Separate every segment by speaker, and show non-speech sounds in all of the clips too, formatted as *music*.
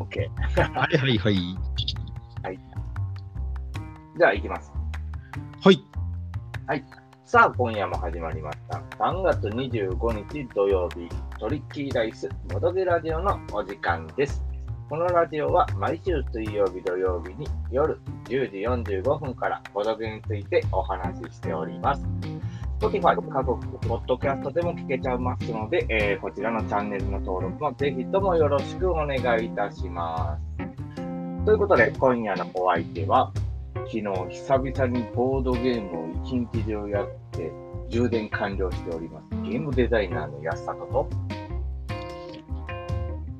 Speaker 1: OK。
Speaker 2: はいはいはい。
Speaker 1: じゃあ、いきます。
Speaker 2: はい。
Speaker 1: さあ、今夜も始まりました。3月25日土曜日、トリッキーダイス、ボドゲラジオのお時間です。このラジオは毎週水曜日土曜日に夜10時45分からボドゲについてお話ししております。Spotify 各国ポッドキャストでも聞けちゃいますので、えーこちらのチャンネルの登録もぜひともよろしくお願いいたします。ということで、今夜のお相手は、昨日久々にボードゲームを一日中やって充電完了しておりますゲームデザイナーの安里と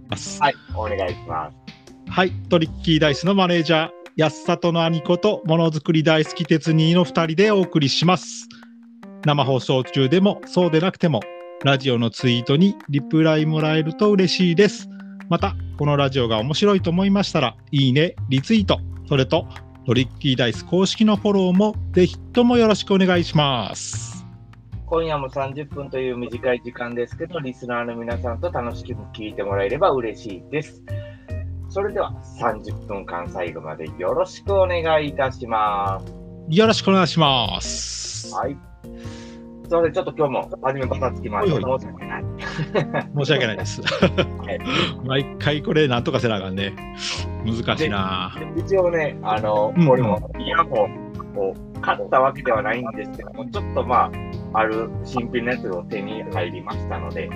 Speaker 2: ます
Speaker 1: はいお願いします
Speaker 2: はい、トリッキーダイスのマネージャー、安里の兄子と、ものづくり大好き鉄人の2人でお送りします。生放送中でも、そうでなくても、ラジオのツイートにリプライもらえると嬉しいです。また、このラジオが面白いと思いましたら、いいね、リツイート、それと、トリッキーダイス公式のフォローも、ぜひともよろしくお願いします。
Speaker 1: 今夜も30分という短い時間ですけどリスナーの皆さんと楽しく聞いてもらえれば嬉しいですそれでは30分間最後までよろしくお願いいたしま
Speaker 2: よろしくお願いします
Speaker 1: す。はいそれでちょっと今日も初めバタつきました申し訳ない
Speaker 2: 申し訳ないです。
Speaker 1: い
Speaker 2: 毎回これなんとかせなあかんね。難しいな。
Speaker 1: 一応ね、あの、
Speaker 2: うん
Speaker 1: これもイヤホンを買ったわけではないんですけども、ちょっとまあ、ある新品のやつを手に入りましたので、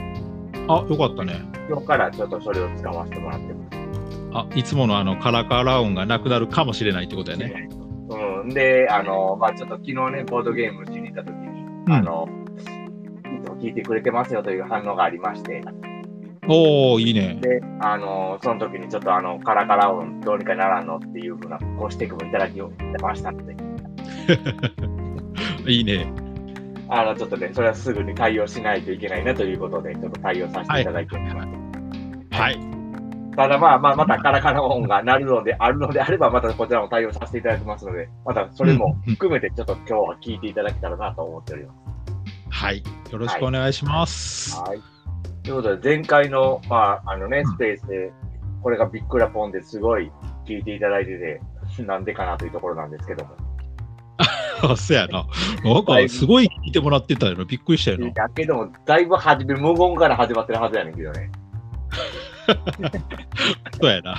Speaker 2: あ、よかったね。
Speaker 1: 今日からちょっとそれを使わせてもらってます。
Speaker 2: あ、いつものあのカラカラ音がなくなるかもしれないってことやね。
Speaker 1: うん、で、あの、まあちょっと昨日ね、ボードゲームしに行った時に、
Speaker 2: うん
Speaker 1: あの、いつも聞いてくれてますよという反応がありまして、
Speaker 2: おお、い
Speaker 1: *laughs*
Speaker 2: いね。
Speaker 1: で、あの、その時にちょっとあの、カラカラ音どうにかならんのっていうふうなご指摘もいただきをいただきましたので、
Speaker 2: いいね。
Speaker 1: あの、ちょっとね、それはすぐに対応しないといけないなということで、ちょっと対応させていただいております。
Speaker 2: はい。
Speaker 1: ただまあまあ、またカラカラ音が鳴るので、あるのであれば、またこちらも対応させていただきますので、またそれも含めて、ちょっと今日は聞いていただけたらなと思っておりま
Speaker 2: はい。よろしくお願いします。
Speaker 1: す。はい。ということで、前回の、まあ、あのね、スペースで、これがビッくらポンですごい聞いていただいてて、 *laughs* なんでかなというところなんですけども、
Speaker 2: *laughs* そやな。なんかすごい聞いてもらってたよな。びっくりしたよな。
Speaker 1: だけども、だいぶ初め、無言から始まってるはずやねんけどね。
Speaker 2: そうやな。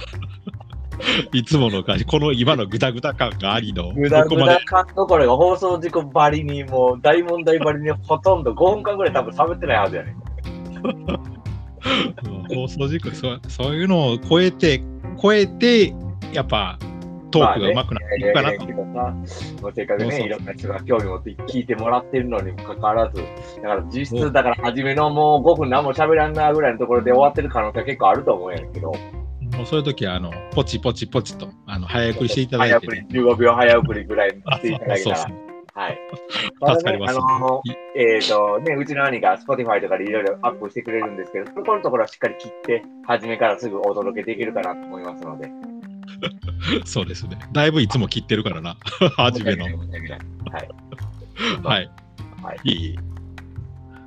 Speaker 2: *laughs* いつもの感じ、この今のグダグダ感がありの、こ
Speaker 1: 無駄
Speaker 2: こ
Speaker 1: 無
Speaker 2: ま
Speaker 1: 駄
Speaker 2: で
Speaker 1: 感どころが放送事故ばりにもう大問題ばりにほとんど5分間ぐらい多分喋ってないはずやね。
Speaker 2: うん放送事故そう、そういうのを超えて、超えて、やっぱトークがうまくなっていくかなと。
Speaker 1: けどさ、もうせっかく
Speaker 2: そうそう
Speaker 1: ね、いろんな人が興味持って聞いてもらってるのにもかかわらず、だから実質だから初めのもう5分何も喋らんなぐらいのところで終わってる可能性は結構あると思うんやけど、
Speaker 2: もうそういう時はあのポチポチポチとあの早送りしていただ
Speaker 1: 早
Speaker 2: い
Speaker 1: 送り
Speaker 2: て。
Speaker 1: 15秒早送りぐらい
Speaker 2: あ
Speaker 1: していただけた
Speaker 2: そう
Speaker 1: ら
Speaker 2: そ。う
Speaker 1: はい。
Speaker 2: *laughs* 助かります
Speaker 1: ただねあのえっ、と、ね、うちの兄が Spotify とかでいろいろアップしてくれるんですけど、そこのところはしっかり切って、初めからすぐお届けできるかなと思いますので。
Speaker 2: そうそうですね。だいぶいつも切ってるからな、 *laughs* 初めの。
Speaker 1: はい。
Speaker 2: はい。
Speaker 1: はい
Speaker 2: いい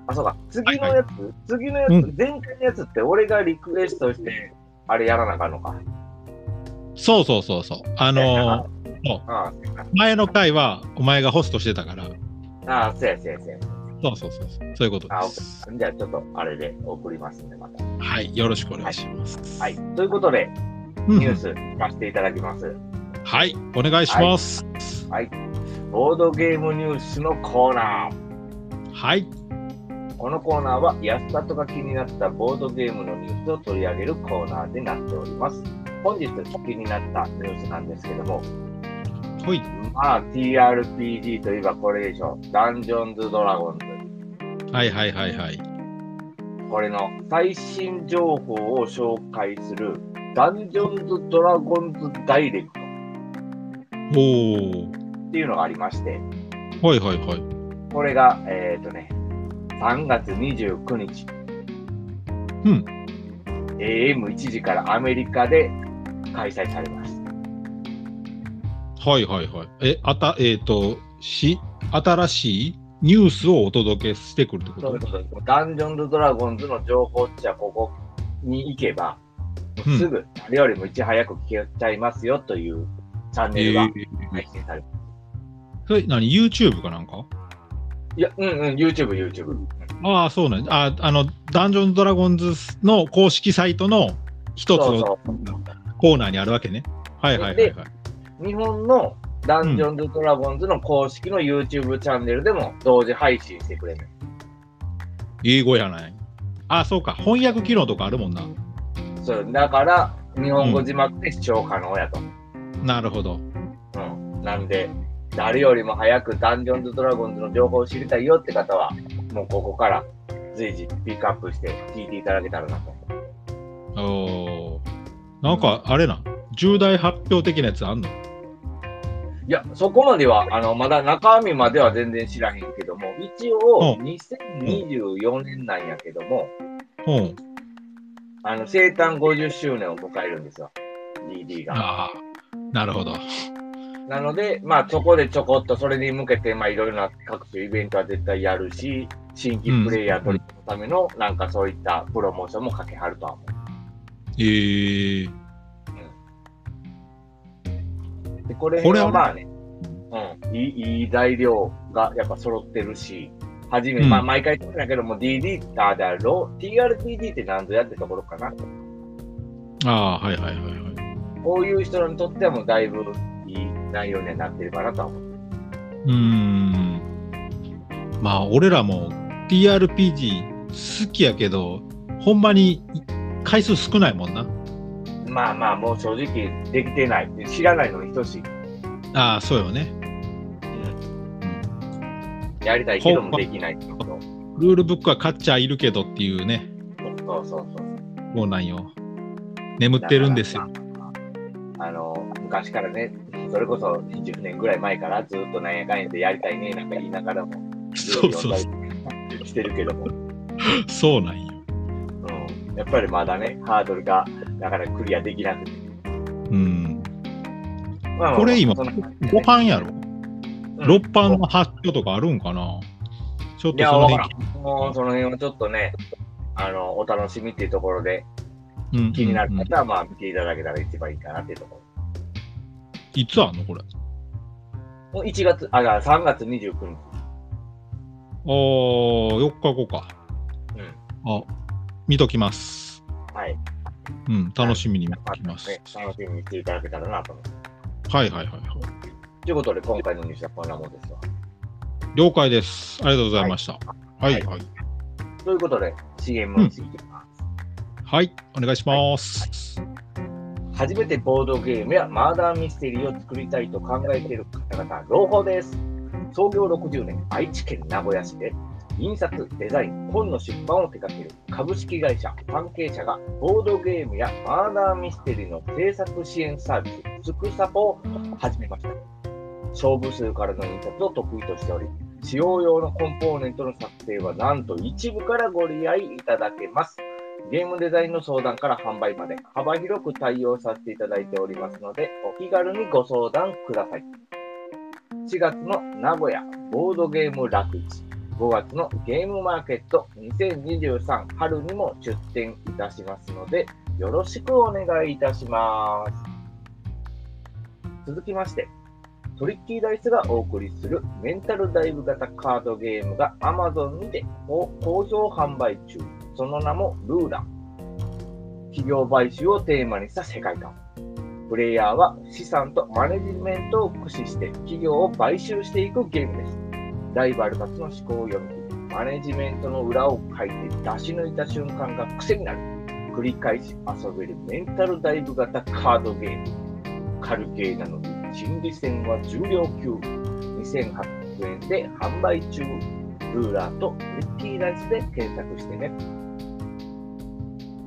Speaker 1: あ、そうか。次のやつ、次のやつ、
Speaker 2: うん
Speaker 1: 前回のやつって俺がリクエストして、あれやらなあかんのか。
Speaker 2: そうそうそうそう。あの
Speaker 1: あ
Speaker 2: 前の回はお前がホストしてたから。
Speaker 1: あ、あそうや、そうや、そうや。
Speaker 2: そうそうそうそう。そういうこと
Speaker 1: あ、オ
Speaker 2: で
Speaker 1: ッケ
Speaker 2: す。
Speaker 1: ーじゃあちょっとあれで送りますね、また。
Speaker 2: はい。よろしくお願いします。
Speaker 1: はい。ということで、
Speaker 2: うん
Speaker 1: ニュース聞かせていただきます。
Speaker 2: はい。お願いします。
Speaker 1: ボードゲームニュースのコーナー。
Speaker 2: はい。
Speaker 1: このコーナーは安里が気になったボードゲームのニュースを取り上げるコーナーでなっております。本日気になったニュースなんですけども、
Speaker 2: ほい。
Speaker 1: まあ TRPG といえばこれでしょう。ダンジョンズ・ドラゴンズ。
Speaker 2: はいはいはいはい。
Speaker 1: これの最新情報を紹介するダンジョンズ・ドラゴンズ・ダイレクト
Speaker 2: お
Speaker 1: っていうのがありまして、
Speaker 2: お。はいはいはい。
Speaker 1: これが、えっ、とね、3月29日。
Speaker 2: うん
Speaker 1: AM1 時からアメリカで開催されます。
Speaker 2: はいはいはい。え、あた、えっ、と、し、新しいニュースをお届けしてくるってこ
Speaker 1: そう
Speaker 2: と
Speaker 1: いうことですダンジョンズ・ドラゴンズの情報っちゃここに行けば、
Speaker 2: うん
Speaker 1: すぐ、誰よりもいち早く聞けちゃいますよというチャンネルが配信されて
Speaker 2: それ何 ?YouTube かなんか
Speaker 1: いや、うんうん、YouTube、YouTube。
Speaker 2: ああ、そうなんやあ、あの、ダンジョンズドラゴンズの公式サイトの一つ
Speaker 1: そう
Speaker 2: の
Speaker 1: そう
Speaker 2: コーナーにあるわけね。はいはいはいはい。
Speaker 1: 日本のダンジョンズ・ドラゴンズの公式の YouTube チャンネルでも同時配信してくれる。
Speaker 2: 英語やない。ああ、そうか。翻訳機能とかあるもんな。
Speaker 1: そうだから、日本語字幕で視聴可能やと。
Speaker 2: なるほど。
Speaker 1: うん。なんで、誰よりも早くダンジョンズ・ドラゴンズの情報を知りたいよって方は、もうここから随時ピックアップして聞いていただけたらなと。
Speaker 2: おーなんか、あれな。重大発表的なやつあんの
Speaker 1: いや、そこまでは、あの、まだ中身までは全然知らへんけども、一応、
Speaker 2: う
Speaker 1: 2024年なんやけども、
Speaker 2: うん。
Speaker 1: あの、生誕50周年を迎えるんですよ。DD が。
Speaker 2: ああ、なるほど。
Speaker 1: なので、まあ、そこでちょこっと、それに向けて、まあ、いろいろな各種イベントは絶対やるし、新規プレイヤー取り込むための、なんかそういったプロモーションもかけはるとは思
Speaker 2: えー、
Speaker 1: う。で、これ
Speaker 2: これは
Speaker 1: はまあね、うん、いいいい材料がやっぱ揃ってるし、はじめ、
Speaker 2: うん
Speaker 1: まあ、毎回言ってんだけども、DD、あ、だろ TRPD って何ぞやってところかな。
Speaker 2: ああー、はいはいはいはい。
Speaker 1: こういう人にとってはもうだいぶいい内容にはなってるかなとは思う。
Speaker 2: うーん。まあ、俺らも TRPG 好きやけど、ほんまに回数少ないもんな。
Speaker 1: まあまあ、もう正直できてない。知らないのに等しい。
Speaker 2: ああ、そうよね。
Speaker 1: やりたいけどもできないってこと。
Speaker 2: ルールブックは買っちゃいるけどっていうね、
Speaker 1: そうそうそう。
Speaker 2: もうなんよ。眠ってるんですよ。
Speaker 1: あの、昔からね、それこそ20年ぐらい前からずっとなんやかんやでやりたいね、なんか言いながらも、
Speaker 2: そうそうそ
Speaker 1: りしてるけども、う
Speaker 2: う。そうなんよ。
Speaker 1: ん、やっぱりまだね、ハードルがなかなかクリアできなくて。
Speaker 2: うん。
Speaker 1: まあまあまあ
Speaker 2: これ今
Speaker 1: そんな感じで
Speaker 2: ご
Speaker 1: ね
Speaker 2: 飯やろ。
Speaker 1: うん
Speaker 2: 六班の発表とかあるんかなちょっ
Speaker 1: い
Speaker 2: と
Speaker 1: や、
Speaker 2: その
Speaker 1: わから
Speaker 2: 辺、
Speaker 1: ん。もうその辺はちょっとね、あの、お楽しみっていうところで、
Speaker 2: うん
Speaker 1: 気になる
Speaker 2: うんうん
Speaker 1: 方は、まあ、見ていただけたら一番いいかなっていうところ。
Speaker 2: いつあんのこれ。
Speaker 1: もう1月、あ、だから3月29日。
Speaker 2: ああ、4日後か。あ、見ときます。
Speaker 1: うん。はい。
Speaker 2: うん、楽しみに見と
Speaker 1: ま
Speaker 2: きます。
Speaker 1: ね、楽しみにしていただけたらなと思います。
Speaker 2: はいはいはいはい。
Speaker 1: ということで、今回のニュースはこんなもんですわ。
Speaker 2: 了解です。ありがとうございました。はいいはい。はい、
Speaker 1: ということで、CM をついていきます。
Speaker 2: お願いします。
Speaker 1: 初めてボードゲームやマーダーミステリーを作りたいと考えている方々、朗報です。創業60年、愛知県名古屋市で、印刷、デザイン、本の出版を手掛ける株式会社、関係者が、ボードゲームやマーダーミステリーの制作支援サービス、つくさぽを始めました。勝負数からの印刷を得意としており、使用用のコンポーネントの作成はなんと一部からご利用いただけます。ゲームデザインの相談から販売まで幅広く対応させていただいておりますので、お気軽にご相談ください。4月の名古屋ボードゲーム楽市、5月のゲームマーケット2023春にも出店いたしますので、よろしくお願いいたします。続きまして、トリッキーダイスがお送りするメンタルダイブ型カードゲームが Amazon にて好評販売中。その名もルーラ。企業買収をテーマにした世界観。プレイヤーは資産とマネジメントを駆使して企業を買収していくゲームです。ライバルたちの思考を読み切り、マネジメントの裏を書いて出し抜いた瞬間が癖になる。繰り返し遊べるメンタルダイブ型カードゲーム。軽系なのに心理戦は重量級2800円で販売中ルーラーとトリッキーダイスで検索してね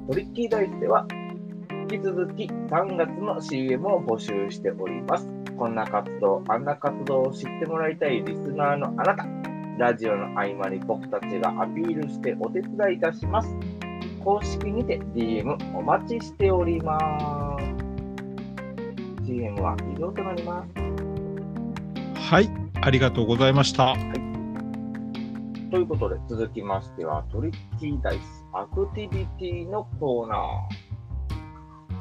Speaker 1: トリッキーダイスでは引き続き3月の CM を募集しておりますこんな活動あんな活動を知ってもらいたいリスナーのあなたラジオの合間に僕たちがアピールしてお手伝いいたします公式にて DM お待ちしております CM は以上となります。
Speaker 2: はい、ありがとうございました。
Speaker 1: ということで、続きましては、トリッキーダイスアクティビティのコーナー。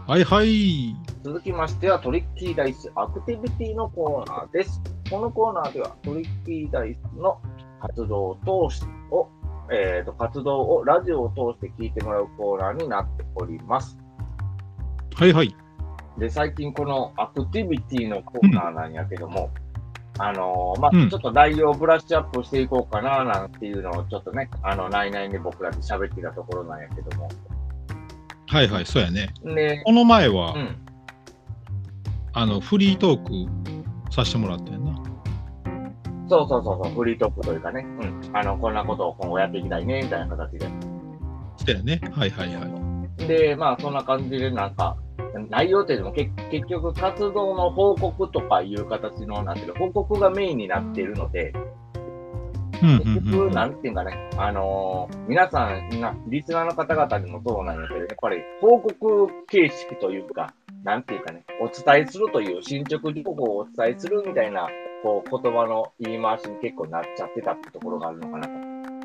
Speaker 2: はいはい。
Speaker 1: 続きましてはトリッキーダイスアクティビティのコーナーです。このコーナーではトリッキーダイスの活動を通しを、えーと活動をラジオを通して聞いてもらうコーナーになっております。
Speaker 2: はいはい。
Speaker 1: で、最近このアクティビティのコーナーなんやけども、あのーまあ、
Speaker 2: うん
Speaker 1: ちょっと内容をブラッシュアップしていこうかななんていうのをちょっとね、あの、内々で僕らで喋ってたところなんやけども。
Speaker 2: はいはい、そうやね。
Speaker 1: で、
Speaker 2: この前は、
Speaker 1: うん。
Speaker 2: あの、フリートークさせてもらったよな。
Speaker 1: そうそうそうそう、フリートークというかね、うん、あのこんなことを今後やっていきたいねみたいな形で。
Speaker 2: そうやね。はいはいはい。
Speaker 1: で、まあそんな感じで、なんか、内容っていうのも結結局、活動の報告とかいう形の、なんていうか、報告がメインになっているので、
Speaker 2: うんうん
Speaker 1: 結
Speaker 2: うんう
Speaker 1: 局、
Speaker 2: ん。
Speaker 1: なんていうんかね、あのー皆さんな、リスナーの方々にもそうなんやけど、やっぱり報告形式というか、なんていうかね、お伝えするという、進捗情報をお伝えするみたいな、こう、言葉の言い回しに結構なっちゃってたってところがあるのかなと。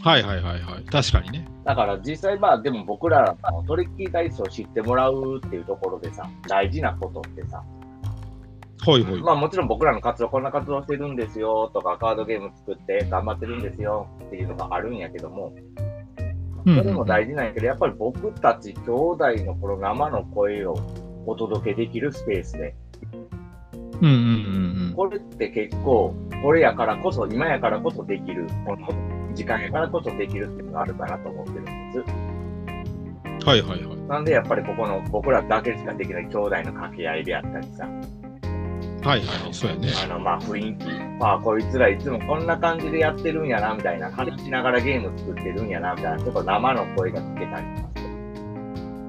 Speaker 2: はいはいはいはい。確かにね。
Speaker 1: だから実際まあでも僕らあのトリッキー体操を知ってもらうっていうところでさ、大事なことってさ、
Speaker 2: ほいほい。
Speaker 1: まあもちろん僕らの活動、こんな活動してるんですよとか、カードゲーム作って頑張ってるんですよっていうのがあるんやけども、
Speaker 2: うん
Speaker 1: そ
Speaker 2: うん
Speaker 1: れも大事なんやけど、やっぱり僕たち兄弟のこの生の声をお届けできるスペースで、
Speaker 2: うんうんうん
Speaker 1: これって結構、これやからこそ、今やからこそできる、この時間やからこそできるっていうのがあるかなと思ってるんです。
Speaker 2: うん。はいはいはい。
Speaker 1: なんでやっぱりここの僕らだけしかできない兄弟の掛け合いであったりさ、
Speaker 2: はいはい。そうやね。
Speaker 1: あのまあ雰囲気、まあこいつらいつもこんな感じでやってるんやなみたいな、話しながらゲーム作ってるんやなみたいな、ちょっと生の声が聞けたり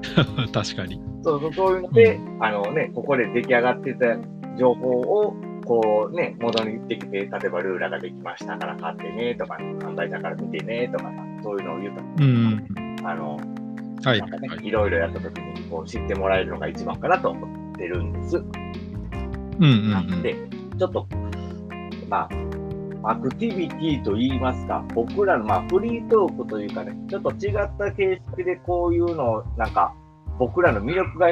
Speaker 1: とかして。
Speaker 2: 確かに。
Speaker 1: そうそうそういうので、あのね、ここで出来上がってた情報を、こうね、戻ってきて、例えばルーラができましたから買ってねとか、販売だから見てねとかさ、そういうのを言う
Speaker 2: うんうん。
Speaker 1: と、あの、
Speaker 2: はい
Speaker 1: な
Speaker 2: は
Speaker 1: んか
Speaker 2: い
Speaker 1: ね
Speaker 2: は、い。
Speaker 1: いろいろやった時にこう知ってもらえるのが一番かなと思ってるんです。
Speaker 2: うんうん
Speaker 1: な
Speaker 2: うん
Speaker 1: ん。で、ちょっと、まあ、アクティビティと言いますか、僕らの、まあ、フリートークというかね、ちょっと違った形式でこういうのを、なんか、僕らの魅力が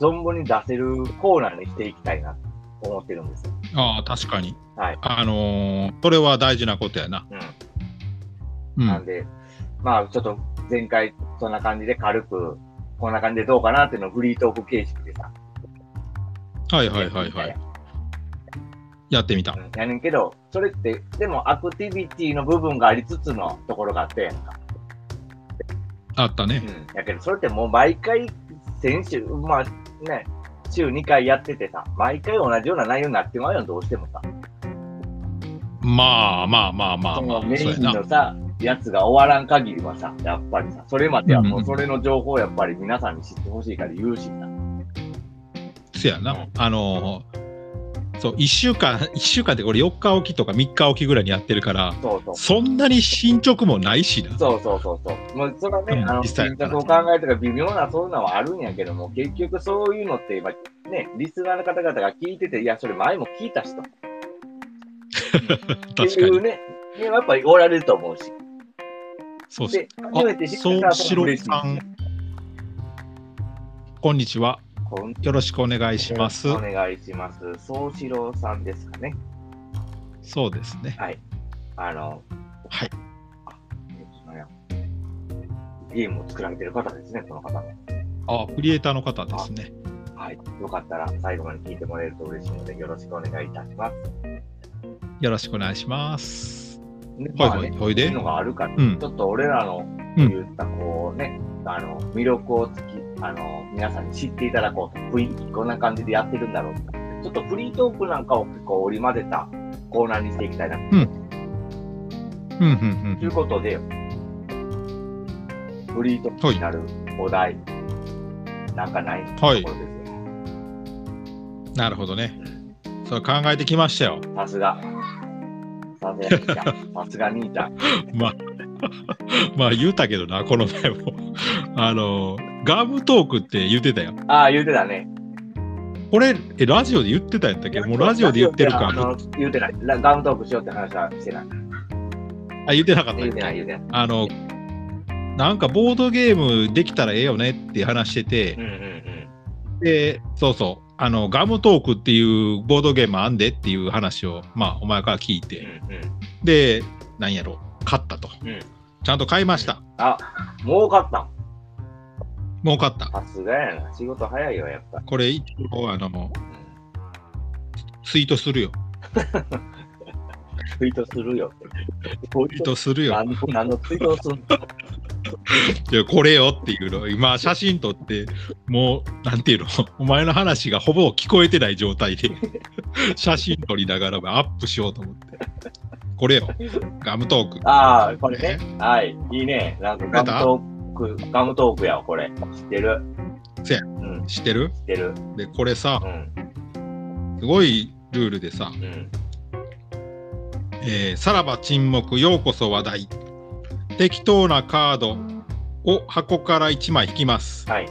Speaker 1: 存分に出せるコーナーにしていきたいなと思ってるんですよ。
Speaker 2: ああ、確かに。
Speaker 1: はい。
Speaker 2: あのー、それは大事なことやな。
Speaker 1: うん。
Speaker 2: うん。
Speaker 1: なんで、まあ、ちょっと前回、そんな感じで軽く、こんな感じでどうかなっていうのをフリートーク形式でさ、
Speaker 2: はいはいはいはい。やってみた。
Speaker 1: うんやねんけど、それって、でもアクティビティの部分がありつつのところがあってやんか。
Speaker 2: あったね。
Speaker 1: うん、やけど、それってもう毎回、先週、まあね、週2回やっててさ、毎回同じような内容になってまうよ、どうしてもさ。
Speaker 2: まあまあまあまあ
Speaker 1: そ
Speaker 2: ま
Speaker 1: の
Speaker 2: あ。
Speaker 1: メイ
Speaker 2: そうや
Speaker 1: ン
Speaker 2: な。
Speaker 1: のさ、やつが終わらん限りはさ、やっぱりさ、それまではも
Speaker 2: う
Speaker 1: うんそれの情報をやっぱり皆さんに知ってほしいから言うしさ。
Speaker 2: せやな。あのー、そう、1週間、 *laughs* 一週間ってこれ4日おきとか3日おきぐらいにやってるから、
Speaker 1: そうそう。
Speaker 2: そんなに進捗もないしな。
Speaker 1: そうそうそうそう。もうそれはね、
Speaker 2: うん
Speaker 1: あの、
Speaker 2: 実際
Speaker 1: 選択を考えたら微妙なそういうのはあるんやけども、結局そういうのって今、ね、リスナーの方々が聞いてて、いや、それ前も聞いたしと。
Speaker 2: 確
Speaker 1: って
Speaker 2: か
Speaker 1: い
Speaker 2: に
Speaker 1: う。ね、ねやっぱりおられると思うし。
Speaker 2: そうそう
Speaker 1: で、初めて知った
Speaker 2: あ
Speaker 1: ら
Speaker 2: 総
Speaker 1: 嬉し
Speaker 2: 志
Speaker 1: い
Speaker 2: 郎さんこんにちは。
Speaker 1: こん
Speaker 2: よろしくお願いします。
Speaker 1: お願いします。総志郎さんですかね。
Speaker 2: そうですね。
Speaker 1: あの、
Speaker 2: はい。
Speaker 1: あえっとなんやゲームを作られてる方ですね、この方も。
Speaker 2: あ、クリエイターの方ですね。
Speaker 1: はい。よかったら最後まで聞いてもらえると嬉しいので、よろしくお願いいたします。
Speaker 2: よろしくお願いします。
Speaker 1: で
Speaker 2: はい
Speaker 1: まあ
Speaker 2: は
Speaker 1: ね
Speaker 2: い、ほい
Speaker 1: ってい
Speaker 2: で
Speaker 1: う。のがあるから、
Speaker 2: うん
Speaker 1: ちょっと俺らの
Speaker 2: うん
Speaker 1: 言ったこうね、あの魅力をつきあの皆さんに知っていただこうと雰囲気こんな感じでやってるんだろうとかちょっとフリートークなんかを結構織り交ぜたコーナーにしていきたいな
Speaker 2: うんうん
Speaker 1: と
Speaker 2: う。
Speaker 1: いうんことで、フリートークになるお題、なんかないとこ
Speaker 2: は
Speaker 1: ろで
Speaker 2: い
Speaker 1: すよ、
Speaker 2: なるほどね。それ考えてきましたよ。 *laughs*
Speaker 1: さすが。さすが兄ちゃん。さすが兄ちゃん。
Speaker 2: まあ言うたけどな、この前も。 *laughs* あの、ガムトークって言ってたよ。
Speaker 1: ああ、言うてたね。
Speaker 2: これ、え、ラジオで言ってたんやったっけもうラジオで言ってる
Speaker 1: あ
Speaker 2: か。
Speaker 1: の言うてない。ラガムトークしようって話はしてない。
Speaker 2: あ、言ってなかった
Speaker 1: 言
Speaker 2: っ
Speaker 1: うて
Speaker 2: け
Speaker 1: ない、言うてない。
Speaker 2: あの、なんかボードゲームできたらええよねって話してて、
Speaker 1: うんうんうん。
Speaker 2: で、そうそう、あの、ガムトークっていうボードゲームあんでっていう話を、まあ、お前から聞いて、
Speaker 1: うんうん
Speaker 2: で、なんやろ、勝ったと。
Speaker 1: うん
Speaker 2: ちゃんと買いました。
Speaker 1: あ、儲かったん。
Speaker 2: 儲かった。
Speaker 1: さすがやな。仕事早いわ、やっぱ。
Speaker 2: これ、一応、あの、
Speaker 1: うん
Speaker 2: ツイートするよ。
Speaker 1: ツイートするよって。ツ
Speaker 2: ツイートするよ。
Speaker 1: 何の何のツイートをするの
Speaker 2: いやこれよっていうの今写真撮ってもうなんていうのお前の話がほぼ聞こえてない状態で写真撮りながらアップしようと思ってこれよガムトーク
Speaker 1: ああ、これね。はい。いいね。なんかガムトーク、ガムトークやわ、これ。知ってる。
Speaker 2: せや
Speaker 1: うん、
Speaker 2: 知ってる
Speaker 1: 知ってる。
Speaker 2: でこれさ
Speaker 1: うん、
Speaker 2: すごいルールでさ
Speaker 1: うん。
Speaker 2: 「えーさらば沈黙ようこそ話題」適当なカードを箱から1枚引きます
Speaker 1: はい。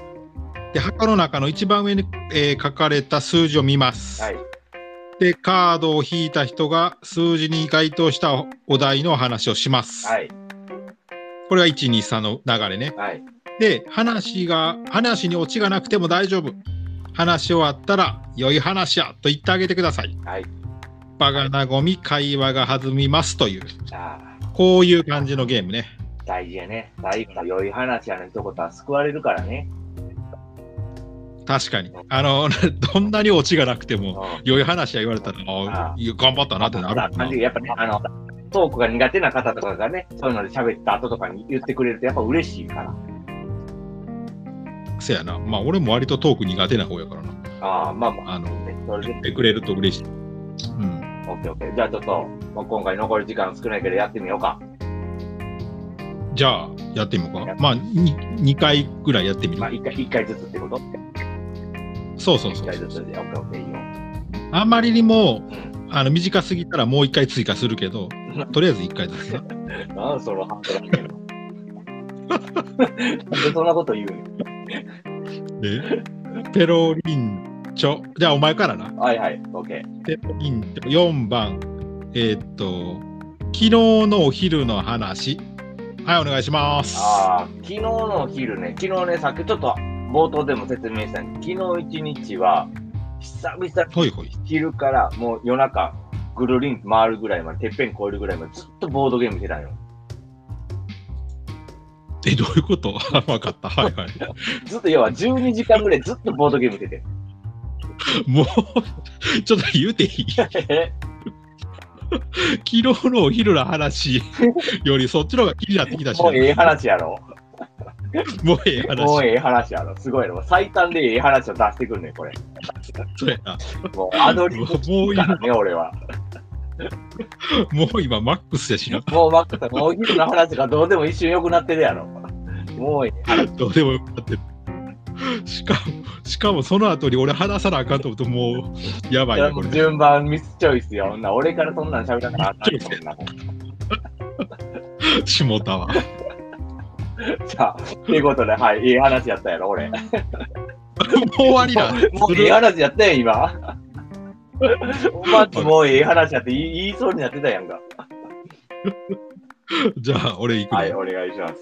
Speaker 2: で箱の中の一番上に、えー書かれた数字を見ます、
Speaker 1: はい。
Speaker 2: でカードを引いた人が数字に該当したお題の話をします。
Speaker 1: はい。
Speaker 2: これが123の流れね。
Speaker 1: はい。
Speaker 2: で話が話にオチがなくても大丈夫。話し終わったら「良い話や」と言ってあげてください。
Speaker 1: はい。
Speaker 2: 場が和み会話が弾みますという
Speaker 1: ああ、
Speaker 2: こういう感じのゲームね。
Speaker 1: 大事やね。大事だ。良い話やの一言は救われるからね。
Speaker 2: 確かに。あの *laughs* どんなにオチがなくて
Speaker 1: うん
Speaker 2: も。良い話や言われたらあ
Speaker 1: あ
Speaker 2: ー頑張ったなってなるも
Speaker 1: 感
Speaker 2: ん
Speaker 1: じ
Speaker 2: な。
Speaker 1: やっぱね、あの、トークが苦手な方とかがね、そういうので喋った後とかに言ってくれると、やっぱ嬉しいから。
Speaker 2: せやな。まあ俺も割とトーク苦手な方やからな。
Speaker 1: ああ、まあまあ、
Speaker 2: あの
Speaker 1: ねそれで
Speaker 2: 言っ、てくれると嬉しい。うん
Speaker 1: オッケーオッケー。じゃあちょっと、まあ、今回残り時間少ないけど、やってみようか。
Speaker 2: じゃあやってみようか。まあ 2, 回ぐらいやってみる
Speaker 1: まあ、。一回、一回ずつってこと
Speaker 2: そうそう
Speaker 1: 一
Speaker 2: そう
Speaker 1: 回ずつで、オッケーオッケー、いいよ。
Speaker 2: あんまりに
Speaker 1: う
Speaker 2: も
Speaker 1: ん。
Speaker 2: あの短すぎたらもう1回追加するけ
Speaker 1: *laughs*
Speaker 2: ど、とりあえず1回ずつな。
Speaker 1: なんそのハンドルなんでそんなこと言う
Speaker 2: でペロリンチョ。じゃあお前からな。
Speaker 1: のはいはい、オッケー。
Speaker 2: ペロリンチョ4番。えーっと、昨日のお昼の話。はい、お願いします。
Speaker 1: ああ、昨日のお昼ね、昨日ね、さっきちょっと冒頭でも説明したんですけど昨日一日は、久々
Speaker 2: ほいほい。
Speaker 1: 昼からもう夜中、ぐるりん回るぐらいまで、てっぺん越えるぐらいまで、ずっとボードゲームしてたんよ。
Speaker 2: え、どういうこと *laughs* あわかった。はいはい。
Speaker 1: ずっと、要は12時間ぐらいずっとボードゲームしてて。
Speaker 2: もう、ちょっと言うていい
Speaker 1: え
Speaker 2: 昨日のお昼の話よりそっちの方が気になってきたしな、
Speaker 1: もうええ話やろ。
Speaker 2: もうええ
Speaker 1: もう
Speaker 2: 話。
Speaker 1: ええ話やろ。すごいの。最短でええ話を出してくるねん、これ。
Speaker 2: そうやな
Speaker 1: もうアドリブ
Speaker 2: *laughs* もう
Speaker 1: から
Speaker 2: 今、
Speaker 1: ね、俺は。
Speaker 2: もう今、マックスやしな。
Speaker 1: もうマックさん、もうお昼の話がどうでも一瞬良くなってるやろ。もういい。
Speaker 2: どうでもよくなってる。しかも、しかもその後に俺話さなあかんと思うと、もう、やばいな、これ。
Speaker 1: 順番ミスチョイスよ。な俺からそんなん喋らなかったんな。
Speaker 2: 下田は。
Speaker 1: じゃあ、ということで、はい、いい話やったやろ、俺。も
Speaker 2: もう終わりだ。
Speaker 1: *laughs* うもういい話やったやん、今。おまつもういい話やって言い言いそうになってたやんか。
Speaker 2: じゃあ、俺行くね、
Speaker 1: はい、お願いします。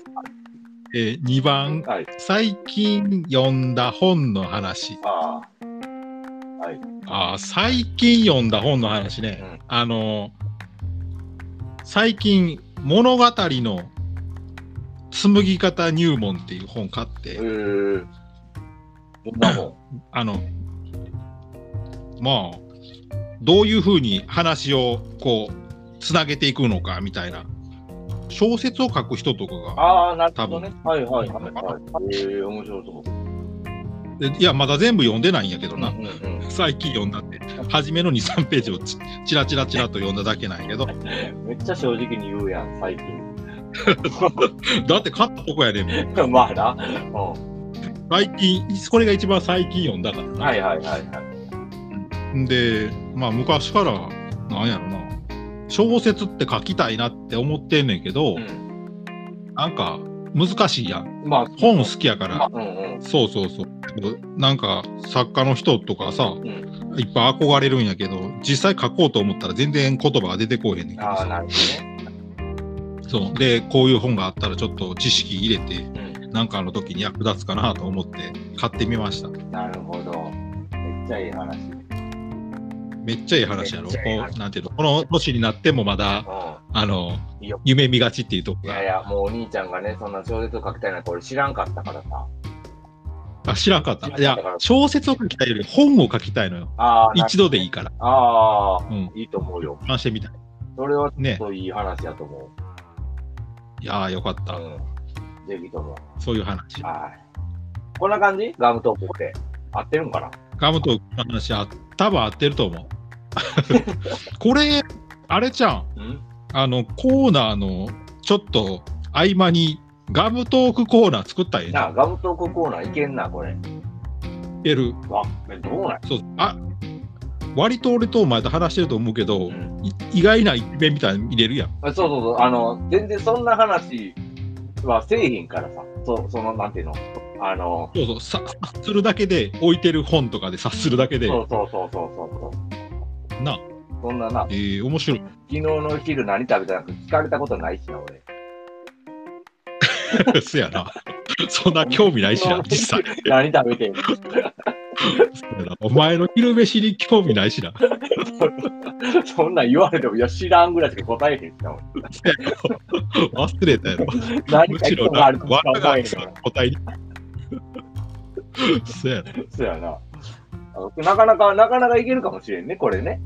Speaker 2: えー2番、
Speaker 1: はい
Speaker 2: 最近読んだ本の話。
Speaker 1: あ
Speaker 2: あー最近読んだ本の話ね。
Speaker 1: うん
Speaker 2: あのー最近、物語の紡ぎ方入門っていう本買って、
Speaker 1: あ、うー。どんなもん。
Speaker 2: あのまあどういうふうに話をこうつなげていくのかみたいな小説を書く人とかが
Speaker 1: ああ、なるほどね。はいはいはいはい。えー、面白そう。
Speaker 2: でいやまだ全部読んでないんやけど
Speaker 1: うん
Speaker 2: な、
Speaker 1: うんうん。
Speaker 2: 最近読んだって初めの23ページをちちらちらちらと読んだだけなんやけど
Speaker 1: めっちゃ正直に言うやん、最 *laughs* 近。
Speaker 2: だって買ったとこやで、ね、
Speaker 1: まあな。うん。
Speaker 2: 最近これが一番最近読んだからな、
Speaker 1: はいはいはいはい。
Speaker 2: でまあ昔からなんやろな小説って書きたいなって思ってんねんけど、
Speaker 1: うん。
Speaker 2: なんか難しいやん
Speaker 1: まあ、
Speaker 2: 本好きやから、
Speaker 1: うんうん。
Speaker 2: そうそうそう。なんか作家の人とかさ、
Speaker 1: ん
Speaker 2: いっぱい憧れるんやけど実際書こうと思ったら全然言葉が出てこうへんねんけど
Speaker 1: ああ、
Speaker 2: さ
Speaker 1: なるほ
Speaker 2: そうでこういう本があったらちょっと知識入れて
Speaker 1: どね。
Speaker 2: なんかの時に役立つかなと思って買ってみました。
Speaker 1: なるほど。めっちゃいい話。
Speaker 2: めっちゃいい話やろ。
Speaker 1: めっちゃいい
Speaker 2: こ
Speaker 1: 話
Speaker 2: うなんていうのこの年になってもまだ、
Speaker 1: う
Speaker 2: あの、
Speaker 1: ん。いいよ。
Speaker 2: 夢見がちっていうとこ
Speaker 1: い
Speaker 2: が
Speaker 1: やいや、もうお兄ちゃんがね、そんな小説を書きたいなんて俺知らんかったからさ。
Speaker 2: あ知らんかった。い
Speaker 1: 知らん
Speaker 2: や
Speaker 1: かったから、
Speaker 2: 小説を書きたいより本を書きたいのよ。
Speaker 1: ああ、な
Speaker 2: 一度でいいから。
Speaker 1: ああ、
Speaker 2: うん。
Speaker 1: いいと思うよ。
Speaker 2: 話してみたい。
Speaker 1: それは
Speaker 2: ね。
Speaker 1: そういい話だと思
Speaker 2: いやー、よかっ
Speaker 1: う。
Speaker 2: た。
Speaker 1: うん。ぜひとも。
Speaker 2: そういう話。
Speaker 1: はい。こんな感じガムトークって。合ってるんかな
Speaker 2: ガムとの話は多分合ってると思う。 *laughs* これ、あれじゃん。
Speaker 1: うん
Speaker 2: あの、コーナーのちょっと合間にガムトークコーナー作ったらええじゃ
Speaker 1: なあ、ガムトークコーナーいけんな、これ。
Speaker 2: ん。いける。
Speaker 1: わ、えどうなんや
Speaker 2: そう。あ割と俺とお前と話してると思うけど、
Speaker 1: うん
Speaker 2: い意外な一面みたいに入れるやん。
Speaker 1: あそうそうそう、あの、全然そんな話はせえへんからさ。そその、なんていうのあの、
Speaker 2: そうそう、さ察するだけで、置いてる本とかで察するだけで、
Speaker 1: そうそうそうそうそうそ
Speaker 2: な、
Speaker 1: う。そんなな、昨
Speaker 2: えー、面白い。 *laughs*
Speaker 1: 日の昼何食べたなんて聞かれたことないしな、俺。
Speaker 2: そやな。そんな興味ないしな、実際。
Speaker 1: 何食べてんの *laughs*
Speaker 2: そやなお前の昼飯に興味ないしな。
Speaker 1: そんなん言われても、いや、知らんぐらいしか答えへんしな、俺。
Speaker 2: 忘れたやろ。
Speaker 1: 何
Speaker 2: む
Speaker 1: か
Speaker 2: し
Speaker 1: 意図
Speaker 2: ろ
Speaker 1: があ
Speaker 2: な、
Speaker 1: るとしか
Speaker 2: 我
Speaker 1: 思
Speaker 2: が
Speaker 1: えへんから。
Speaker 2: 答えに。 *laughs* そやな。
Speaker 1: そうやな。あなかなか、なかなかいけるかもしれんね、これね。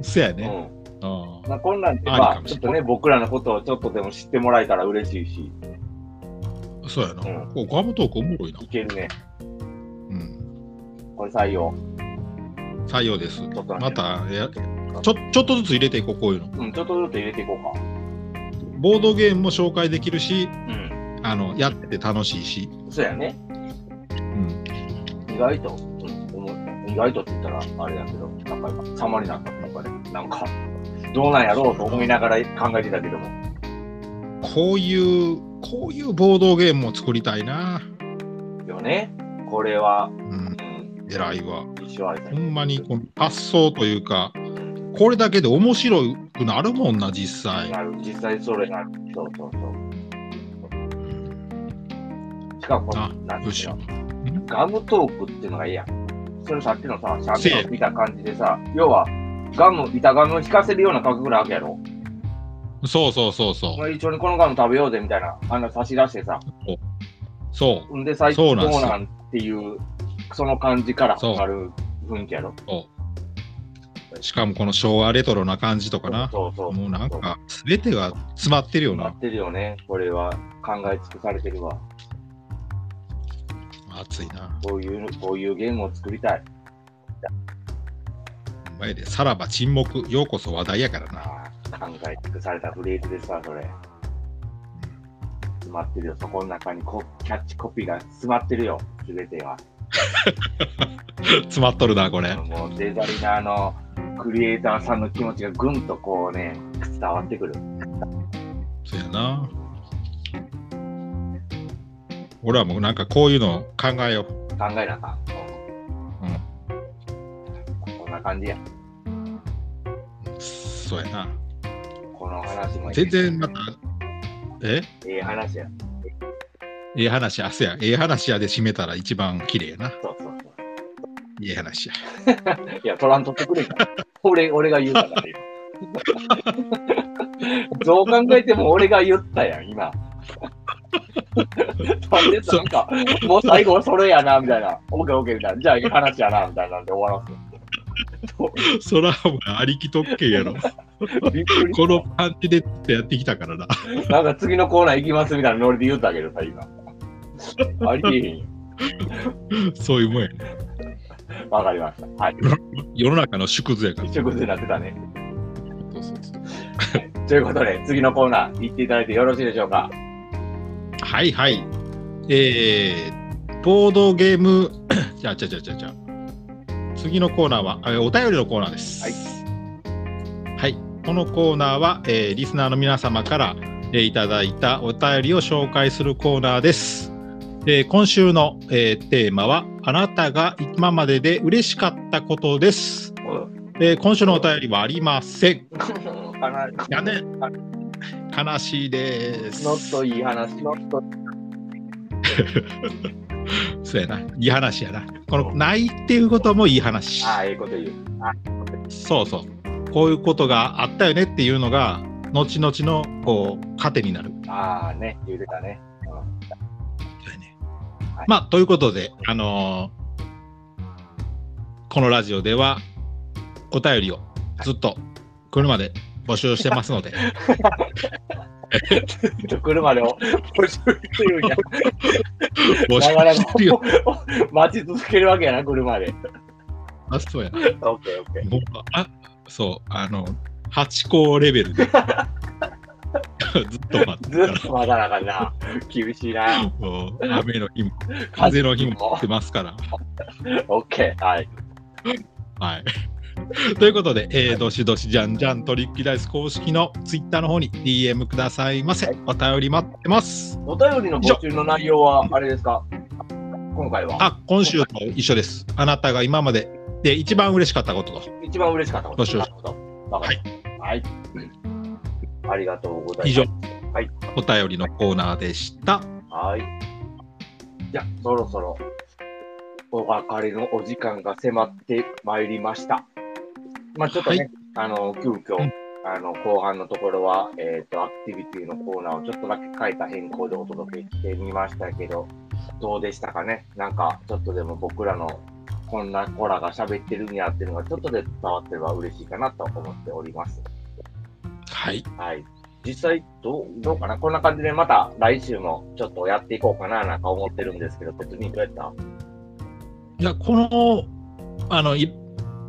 Speaker 2: そや
Speaker 1: う
Speaker 2: ね。
Speaker 1: ん。
Speaker 2: あ
Speaker 1: まあ、こんなんで、
Speaker 2: あり
Speaker 1: ま
Speaker 2: か
Speaker 1: あ、
Speaker 2: もし
Speaker 1: ち
Speaker 2: れ
Speaker 1: ょ
Speaker 2: ん
Speaker 1: っとね、僕らのことをちょっとでも知ってもらえたら嬉しいし、
Speaker 2: あそうやな。
Speaker 1: う
Speaker 2: こうガムトークおもろいな。
Speaker 1: いけるね。
Speaker 2: うん。
Speaker 1: これ採用。
Speaker 2: 採用です。
Speaker 1: ちょっと待
Speaker 2: ま
Speaker 1: って
Speaker 2: た、やちょちょっとずつ入れていこう、こういうの。
Speaker 1: うん、ちょっとずつ入れていこうか。
Speaker 2: ボードゲームも紹介できるし、
Speaker 1: うん。
Speaker 2: あのやってて楽しいし。
Speaker 1: そうやね。
Speaker 2: うん、
Speaker 1: 意外と、うん、思う意外とって言ったら、あれだけど、なんか今、様になったなんかね、なんか、どうなんやろうと思いながら考えてたけども。
Speaker 2: こういう、こういうボードゲームを作りたいな。
Speaker 1: よね。これは、
Speaker 2: うん、
Speaker 1: うん、
Speaker 2: 偉いわ。
Speaker 1: 一生あれだ
Speaker 2: ほんまにこの発想というか、これだけで面白くなるもんな、実際。
Speaker 1: なる。実際それが、そうそうそう。しかもこの
Speaker 2: あ、
Speaker 1: なんて
Speaker 2: よ
Speaker 1: いう
Speaker 2: し
Speaker 1: の。ガムトークっていうのがいいやん。それさっきのさ、シャ
Speaker 2: せ
Speaker 1: ー
Speaker 2: や
Speaker 1: プ見た感じでさ、要は、ガム、板ガムを引かせるような感覚なわけやろ。
Speaker 2: そうそうそうそ
Speaker 1: まあ一緒にこのガム食べようぜみたいな、あの差し出してさ、
Speaker 2: う。そ
Speaker 1: んで最高
Speaker 2: そうなんですよ
Speaker 1: なんっていう、その感じから
Speaker 2: そう
Speaker 1: 始まる雰囲気やろ。
Speaker 2: う。しかもこの昭和レトロな感じとかな。
Speaker 1: そうそう。
Speaker 2: もうなんか、すべてが詰まってるよ
Speaker 1: な
Speaker 2: な
Speaker 1: っ。てるよね。これは考え尽くされてるわ。
Speaker 2: 熱いな。
Speaker 1: こういう、こういうゲームを作りたい。
Speaker 2: お前で、さらば沈黙、ようこそ話題やからな。
Speaker 1: ああ、考え尽くされたフレーズですわ、それ。詰まってるよ。そこの中にこキャッチコピーが詰まってるよ。すべては。
Speaker 2: 詰まっとるな、これ。
Speaker 1: もうデザイナーのクリエイターさんの気持ちがぐんとこうね、伝わってくる。
Speaker 2: そうやな。俺はもうなんかこういうの考えよう。
Speaker 1: 考えなあかん。こんな感じや。
Speaker 2: そうやな。
Speaker 1: この話もいい
Speaker 2: 全然また、え
Speaker 1: ええ話や。
Speaker 2: ええ話、あそうや。ええ話やで締めたら一番綺麗やな。
Speaker 1: そうそうそ
Speaker 2: ええ話や。
Speaker 1: う。いや、取らんとってくれんから。俺、俺が言うからね。どう考えても俺が言ったやん、今。なんでなんか、もう最後それやな、みたいな。オッケーオッケーみたいな。じゃあ、ええ話やな、みたいなんで終わらす。
Speaker 2: *laughs* そらお前ありきとっけや *laughs* ろ。
Speaker 1: びっくり
Speaker 2: この感じでってやってきたからな。 *laughs*
Speaker 1: なんか次のコーナー行きますみたいなノリで言うたけどさ、今。ありえへんよ。
Speaker 2: そういうもんやね。
Speaker 1: わかりました。はい。
Speaker 2: 世の中の縮図やから。
Speaker 1: 一緒くずになってたね。
Speaker 2: そうそうそう
Speaker 1: ということで、次のコーナー行っていただいてよろしいでしょうか。
Speaker 2: はいはい。えー、ボードゲーム、 *coughs* じゃあ、じゃあ、じゃあ、じゃあ、じゃあ次のコーナーは、えーお便りのコーナーです。はい。このコーナーは、えーリスナーの皆様から、えーいただいたお便りを紹介するコーナーです。えー今週の、えーテーマは、あなたが今までで嬉しかったことです。
Speaker 1: *laughs*
Speaker 2: えー今週のお便りはありません。やねん
Speaker 1: あ
Speaker 2: 悲しいです。
Speaker 1: ノットいい話、ノット
Speaker 2: そうやな。いい話やな。この、ないっていうこともいい話。
Speaker 1: ああ、ええこと言う。あ
Speaker 2: そうそう。こういうことがあったよねっていうのが、後々の、こう、糧になる。
Speaker 1: ああね、言うてたね。
Speaker 2: だよね
Speaker 1: はい
Speaker 2: まあということで、あのーこのラジオではお便りをずっと車で募集してます *laughs* ので、
Speaker 1: ちょ車でも募集してるんや。
Speaker 2: 募集
Speaker 1: なかなか
Speaker 2: してるよ。
Speaker 1: 待ち続けるわけやな、車で。
Speaker 2: あそうやな
Speaker 1: オッケーオッケー。
Speaker 2: もうあそう、あの、八校レベル *laughs* でずっと待って
Speaker 1: ず
Speaker 2: るか
Speaker 1: っと待たなあかんな。厳しい
Speaker 2: ら、
Speaker 1: な。
Speaker 2: もう雨の
Speaker 1: *laughs*
Speaker 2: 日も風の日も来てますから。
Speaker 1: オッケー。はい。
Speaker 2: はい。ということで、えー、どしどしじゃんじゃんトリッキーダイス公式のツイッターの方に DM くださいませ。
Speaker 1: はい
Speaker 2: お便り待ってます。
Speaker 1: お便りの募集の内容は、あれですか今回は。
Speaker 2: あ、今週と一緒です。あなたが今までで一番嬉しかったことと。
Speaker 1: 一番嬉しかったこと。
Speaker 2: 募集
Speaker 1: なるほど。わかりましたはい。ありがとうございます。
Speaker 2: 以上、
Speaker 1: はい
Speaker 2: お便りのコーナーでした。
Speaker 1: はい。じゃあ、そろそろお別れのお時間が迫ってまいりました。まあ、ちょっとね、あの、急遽、
Speaker 2: うん
Speaker 1: あの、後半のところは、えっ、と、アクティビティのコーナーをちょっとだけ変えた変更でお届けしてみましたけど、どうでしたかねなんか、ちょっとでも僕らのこんな子らが喋ってるんやっていうのがちょっとで伝わってれば嬉しいかなと思っております。
Speaker 2: はい。
Speaker 1: はい。実際どう、どうかなこんな感じでまた来週もちょっとやっていこうかななんか思ってるんですけど、別にどうやった
Speaker 2: いや、この、あの、い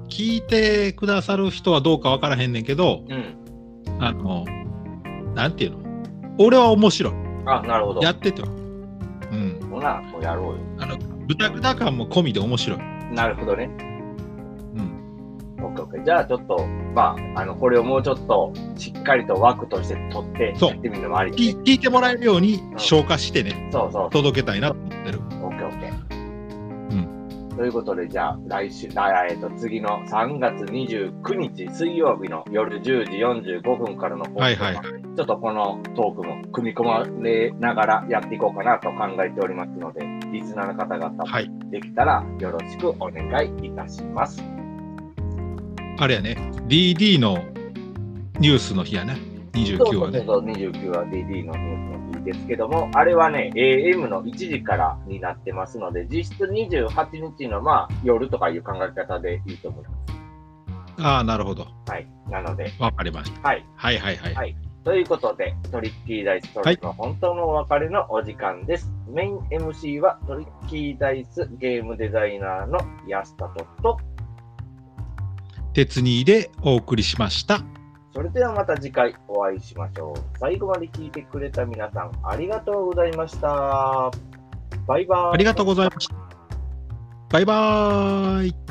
Speaker 2: 聞いてくださる人はどうかわからへんねんけど、
Speaker 1: うん。
Speaker 2: あの、なんていうの俺は面白い。
Speaker 1: あ、なるほど。
Speaker 2: やってて。うん。
Speaker 1: ほな、もうやろうよ。
Speaker 2: あの、ブタクタ感も込みで面白い。
Speaker 1: なるほどね。
Speaker 2: うん。
Speaker 1: オッケーオッケー。じゃあちょっと、まあ、あの、これをもうちょっとしっかりと枠として取って
Speaker 2: そう
Speaker 1: やってみるのもあり、
Speaker 2: 聞聞いてもらえるように消化してね、
Speaker 1: そうそう
Speaker 2: 届けたいなと思ってる。
Speaker 1: オッケーオッケー。ということで、じゃあ、来週、あえっと、次の3月29日水曜日の夜10時45分からの放送
Speaker 2: はいはいはい
Speaker 1: ちょっとこのトークも組み込まれながらやっていこうかなと考えておりますので、リスナーの方々も
Speaker 2: はい。
Speaker 1: できたらよろしくお願いいたします。
Speaker 2: あれやね、DD のニュースの日やね、29はね。
Speaker 1: そうそうそう29は DD のニュースの日ですけども、あれはね、AM の1時からになってますので、実質28日のまあ夜とかいう考え方でいいと思います。
Speaker 2: ああ、なるほど。
Speaker 1: はい。なので、
Speaker 2: わかりました。
Speaker 1: はい。
Speaker 2: はいはいはい。
Speaker 1: はいということで、トリッキーダイストリックの本当のお別れのお時間です。メイン MC はトリッキーダイスゲームデザイナーの安田とと、
Speaker 2: 鉄にでお送りしました。
Speaker 1: それではまた次回お会いしましょう。最後まで聞いてくれた皆さんありがとうございました。バイバーイ。
Speaker 2: ありがとうございました。バイバーイ。